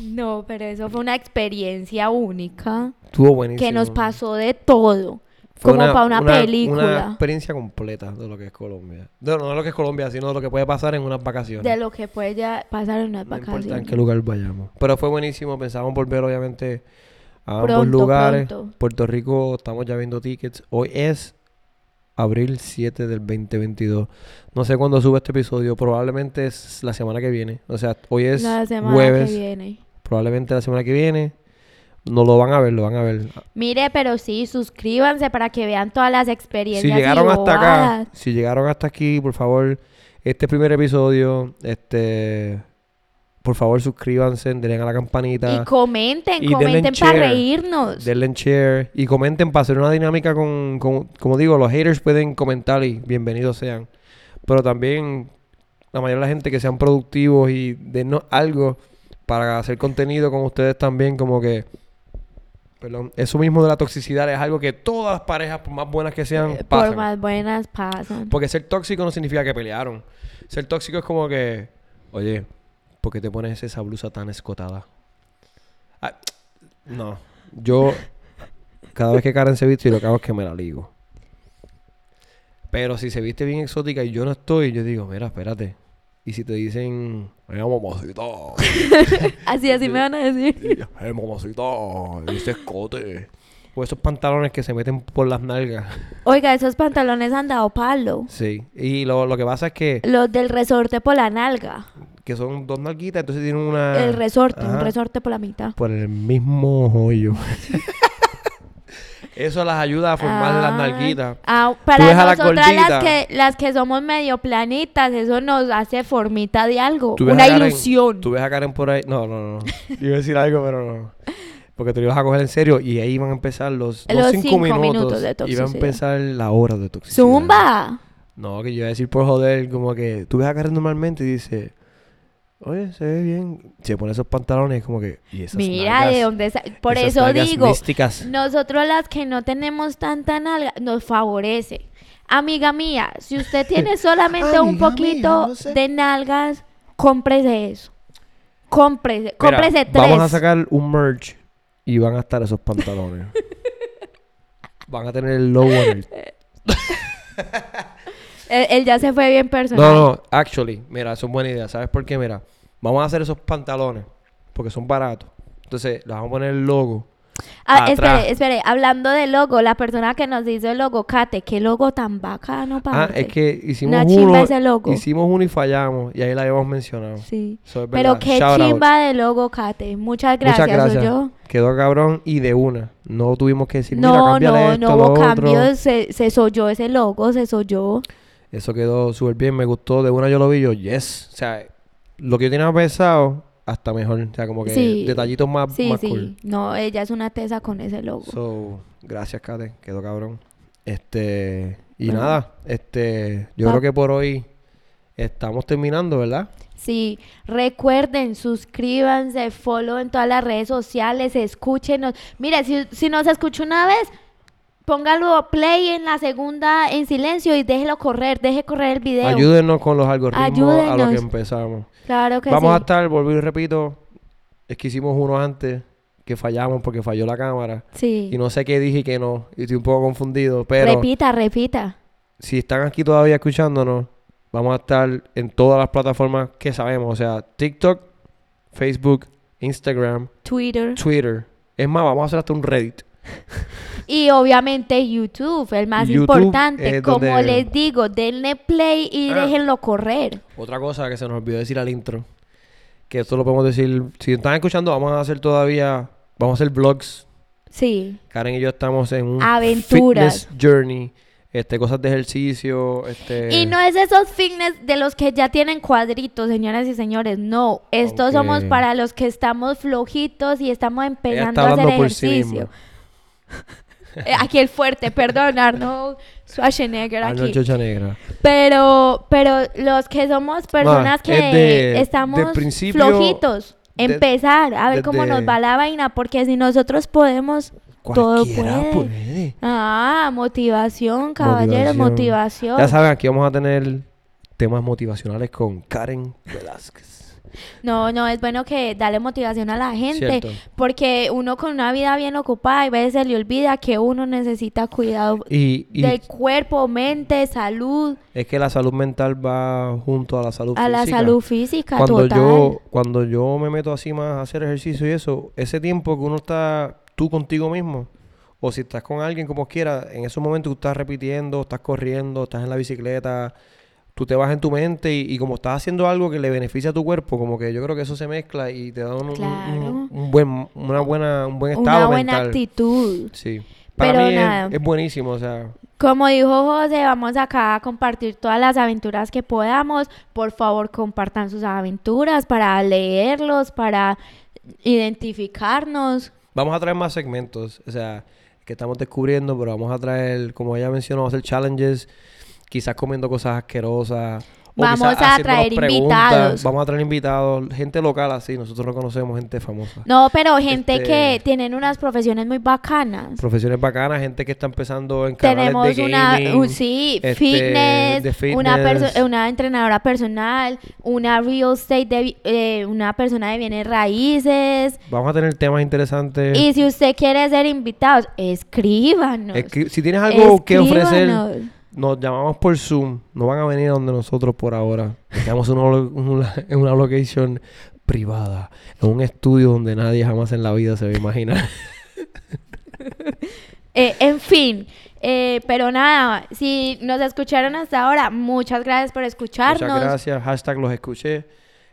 No, pero eso fue una experiencia única. Estuvo buenísimo. que nos pasó de todo. Fue como para una, película. Una experiencia completa de lo que es Colombia. No, no de lo que es Colombia, sino de lo que puede pasar en unas vacaciones. De lo que puede ya pasar en unas no importa en vacaciones. qué lugar vayamos. Pero fue buenísimo. Pensábamos volver, obviamente, a ambos Pronto, lugares. pronto. Puerto Rico, estamos ya viendo tickets. Hoy es abril 7 del 2022. No sé cuándo sube este episodio. Probablemente es la semana que viene. O sea, hoy es La semana jueves. que viene. Probablemente la semana que viene. No lo van a ver, lo van a ver. Mire, pero sí, suscríbanse para que vean todas las experiencias. Si y llegaron hasta acá, bobadas. si llegaron hasta aquí, por favor, este primer episodio, este, por favor suscríbanse, denle a la Y campanita, comenten, Y denle comenten share. para reírnos. denle en share y comenten para hacer una dinámica con, con- como digo, los haters pueden comentar y bienvenidos sean. Pero también la mayoría de la gente que sean productivos y dennos algo para hacer contenido con ustedes también, como que, perdón, eso mismo de la toxicidad es algo que todas las parejas, por más buenas que sean, Eh, pasan. Por más buenas pasan. Porque ser tóxico no significa que pelearon. Ser tóxico es como que, oye, ¿por qué te pones esa blusa tan escotada? Ah, no. Yo, cada vez que Karen se viste, yo lo que hago es que me la ligo. Pero si se viste bien exótica y yo no estoy, yo digo, mira, espérate. Y si te dicen, eh, mamacita, Así, así me van a decir. eh, mamacita, ese escote. O esos pantalones que se meten por las nalgas. Oiga, esos pantalones han dado palo. Sí. Y lo, lo que pasa es que... Los del resorte por la nalga. que son dos nalguitas, entonces tienen una... el resorte, un Ah, Ajá. resorte por la mitad. Por el mismo hoyo. Eso las ayuda a formar las Ah, nalguitas. ah, Tú ves a para la nosotras gordita. las que, las que somos medio planitas, eso nos hace formita de algo, Tú ves una a Karen- ilusión. Tú ves a Karen por ahí... No, no, no. Yo iba a decir algo, pero no. Porque te lo ibas a coger en serio y ahí van a empezar los, los Los cinco, cinco minutos. minutos de Y va toxicidad. a empezar la hora de toxicidad. Zumba. No, que yo iba a decir por joder, como que tú ves a Karen normalmente y dice, oye, se ve bien. Se pone esos pantalones como que... "Y esas Mira nalgas, de dónde sa- por esas eso nalgas digo, místicas". nosotros las que no tenemos tanta nalga nos favorece. Amiga mía, si usted tiene solamente un Amiga mía, poquito no sé. de nalgas, cómprese eso. Cómprese, Mira, cómprese tres. Vamos a sacar un merch Y van a estar esos pantalones. van a tener el logo en el... Él, Eh, él ya se fue bien No, personal. no, actually, mira, eso es buena idea. ¿Sabes por qué? Mira, vamos a hacer esos pantalones porque son baratos. Entonces, les vamos a poner el logo. Ah, Atrás. espere, espere. Hablando del logo, la persona que nos hizo el logo, Kate, qué logo tan bacano, para Ah, es que hicimos Una chimba uno. ese logo. Hicimos uno y fallamos. Y ahí la habíamos mencionado. Sí. Eso es Pero verdad. qué Shout out. chimba de logo, Kate. Muchas gracias, Muchas gracias. yo. Quedó cabrón y de una. No tuvimos que decir, mira, No, cámbiale no, esto, no lo hubo otro". cambios. Se, se soyó ese logo, se soyó. Eso quedó súper bien, me gustó. De una yo lo vi yo, yes. O sea, lo que yo tenía pensado, hasta mejor. O sea, como que Sí. detallitos más, Sí, Ah, más sí. Oh. cool. No, ella es una tesa con ese logo. So, gracias, Kate. Quedó cabrón. Este, y Bueno. nada, este, yo Pa- creo que por hoy estamos terminando, ¿verdad? Sí, recuerden, suscríbanse, follow en todas las redes sociales, escúchenos. Mira, si, si nos escucha una vez, póngalo a play en la segunda en silencio y déjelo correr, deje correr el video. Ayúdenos con los algoritmos a lo que Ayúdenos. empezamos. Claro que Vamos a sí. estar, volví y repito, es que hicimos uno antes que fallamos porque falló la cámara. Sí. Y no sé qué dije y qué no. Y estoy un poco confundido, pero... Repita, repita. si están aquí todavía escuchándonos, vamos a estar en todas las plataformas que sabemos, o sea, TikTok, Facebook, Instagram, Twitter. Twitter. Es más, vamos a hacer hasta un Reddit. Y obviamente YouTube, el más YouTube importante. es Como donde- les digo, denle play y Ah. déjenlo correr. Otra cosa que se nos olvidó decir al intro, que esto lo podemos decir, si están escuchando, vamos a hacer todavía, vamos a hacer vlogs. Sí. Karen y yo estamos en un Aventuras. fitness journey, este, cosas de ejercicio, este... Y no es esos fitness de los que ya tienen cuadritos, señoras y señores. No, estos Ok. somos para los que estamos flojitos y estamos Ella empezando está a hacer hablando por sí ejercicio. misma. Eh, aquí el fuerte, perdón, Arnold Schwarzenegger aquí. Arnold Schwarzenegger. pero, pero los que somos personas es que de- estamos de principio- flojitos, de- empezar a ver cómo desde- nos va la vaina, porque si nosotros podemos, todo Cualquiera puede. puede. Ah, motivación, caballeros, motivación. Ya saben, aquí vamos a tener temas motivacionales con Karen Velázquez. No, no, es bueno que darle motivación a la gente, Cierto. porque uno con una vida bien ocupada, a veces se le olvida que uno necesita cuidado Y, y del cuerpo, mente, salud, es que la salud mental va junto a la salud a la física. salud física cuando total. yo cuando yo me meto así más a hacer ejercicio y eso, ese tiempo que uno está tú contigo mismo o si estás con alguien como quiera, en esos momentos tú estás repitiendo, estás corriendo, estás en la bicicleta, tú te vas en tu mente y, y como estás haciendo algo que le beneficia a tu cuerpo, como que yo creo que eso se mezcla y te da un, un- Claro. un- un buen una buena un buen estado una buena mental. actitud. Sí. Para Pero mí es- nada. Es, buenísimo, o sea, Como dijo José, vamos acá a compartir todas las aventuras que podamos. Por favor, compartan sus aventuras para leerlos, para identificarnos. vamos a traer más segmentos, o sea, que estamos descubriendo, pero vamos a traer, como ella mencionó, vamos a hacer challenges, quizás comiendo cosas asquerosas. o Vamos quizás a haciéndonos traer preguntas. invitados. Vamos a traer invitados, gente local así, nosotros no conocemos gente famosa. No, pero gente Este- que tienen unas profesiones muy bacanas. Profesiones bacanas, gente que está empezando en canales Tenemos de una, gaming, un- sí, este, fitness, de Una, perso- fitness. una entrenadora personal, una real estate, de, vi- eh, una persona de bienes raíces. Vamos a tener temas interesantes. Y si usted quiere ser invitado, escríbanos. Escri- si tienes algo que ofrecer, Escríbanos. Nos llamamos por Zoom. No van a venir a donde nosotros por ahora. Estamos en una, lo- en una- en una location privada. En un estudio donde nadie jamás en la vida se va a imaginar. Eh, en fin, eh, pero nada, si nos escucharon hasta ahora, muchas gracias por escucharnos. Muchas gracias. Hashtag los escuché.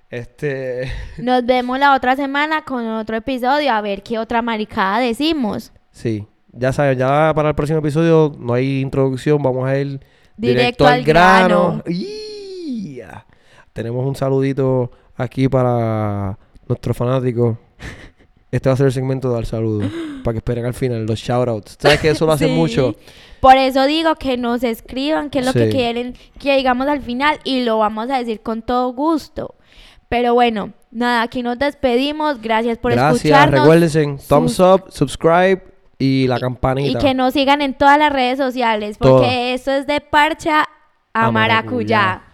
Este... Nos vemos la otra semana con otro episodio a ver qué otra maricada decimos. Sí. Ya saben, ya para el próximo episodio no hay introducción. Vamos a ir Directo directo, al al grano. grano. ¡Ya! Tenemos un saludito aquí para nuestros fanáticos. Este va a ser el segmento del saludo. Para que esperen al final los shoutouts. ¿Sabes que eso lo hacen Sí. mucho? Por eso digo que nos escriban qué es lo que Sí. quieren que digamos al final y lo vamos a decir con todo gusto. Pero bueno, nada, aquí nos despedimos. Gracias por Gracias. escucharnos. Recuerden, thumbs up, subscribe y la campanita. Y que nos sigan en todas las redes sociales, porque Todas. eso es de parcha a, A maracuyá. maracuyá.